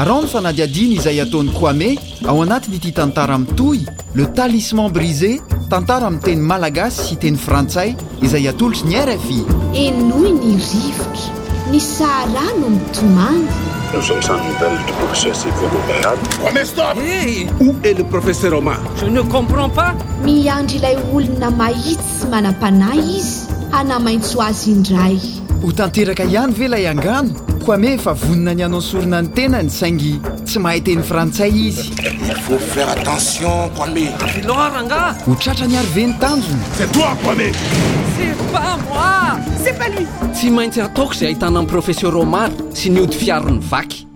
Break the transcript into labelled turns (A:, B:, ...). A: arao ny fanadiadiana izay ataon'ny koame ao anatin'ity tantara mitoy le talisman brisé tantara amin'ny teny malagasy sy teny frantsay izay atolotry ny rfi
B: enoy ny rivotra ny sahara no mitomany
C: Nous sommes sans nouvelles du professeur Sékou Goubert.
D: Mais stop
E: Hey,
D: Où est le professeur Omar
E: je ne comprends pas.
B: miandry ilay olona mahitsy sy manam-panahy izy hanamaintso azy indray
A: ho tanteraka ihany ve ilay angano koame efa vonina ny hanao ny sorona ny tenany saingy tsy mahay teny e frantsay izy
F: Il faut faire attention, Kwame.
E: Loranga,
A: ho tratrany ary ve ny tanjona
D: C'est toi, Kwame
E: c'est pas moi. C'est pas lui. Tsy maintsy ataoko izay ahitana ny professeur Omar sy ny ody fiaron'ny vaky.